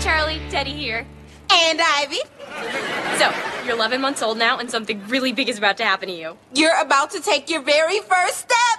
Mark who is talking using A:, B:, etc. A: Charlie. Teddy here.
B: And Ivy,
A: So, you're 11 months old now, and something really big is about to happen to you.
B: you're about to take your very first Ah! step.